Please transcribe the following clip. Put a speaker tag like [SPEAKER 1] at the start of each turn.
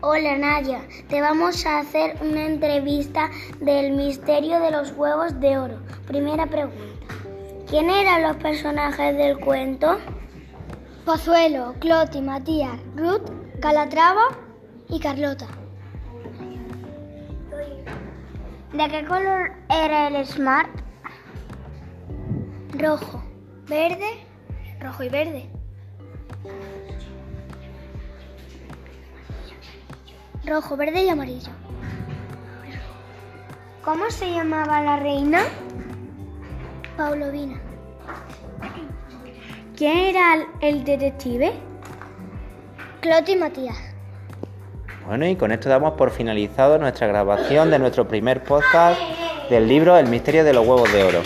[SPEAKER 1] Hola Nadia, te vamos a hacer una entrevista del misterio de los huevos de oro. Primera pregunta. ¿Quién eran los personajes del cuento?
[SPEAKER 2] Pozuelo, Cloti, Matías, Ruth, Calatrava y Carlota.
[SPEAKER 1] ¿De qué color era el Smart?
[SPEAKER 2] Rojo,
[SPEAKER 1] ¿Verde?
[SPEAKER 2] rojo y verde. Rojo, verde y amarillo.
[SPEAKER 1] ¿Cómo se llamaba la reina?
[SPEAKER 2] Paulovina,
[SPEAKER 1] ¿Quién era el- el detective?
[SPEAKER 2] Cloti y Matías.
[SPEAKER 3] Bueno, y con esto damos por finalizado nuestra grabación de nuestro primer podcast del libro El misterio de los huevos de oro.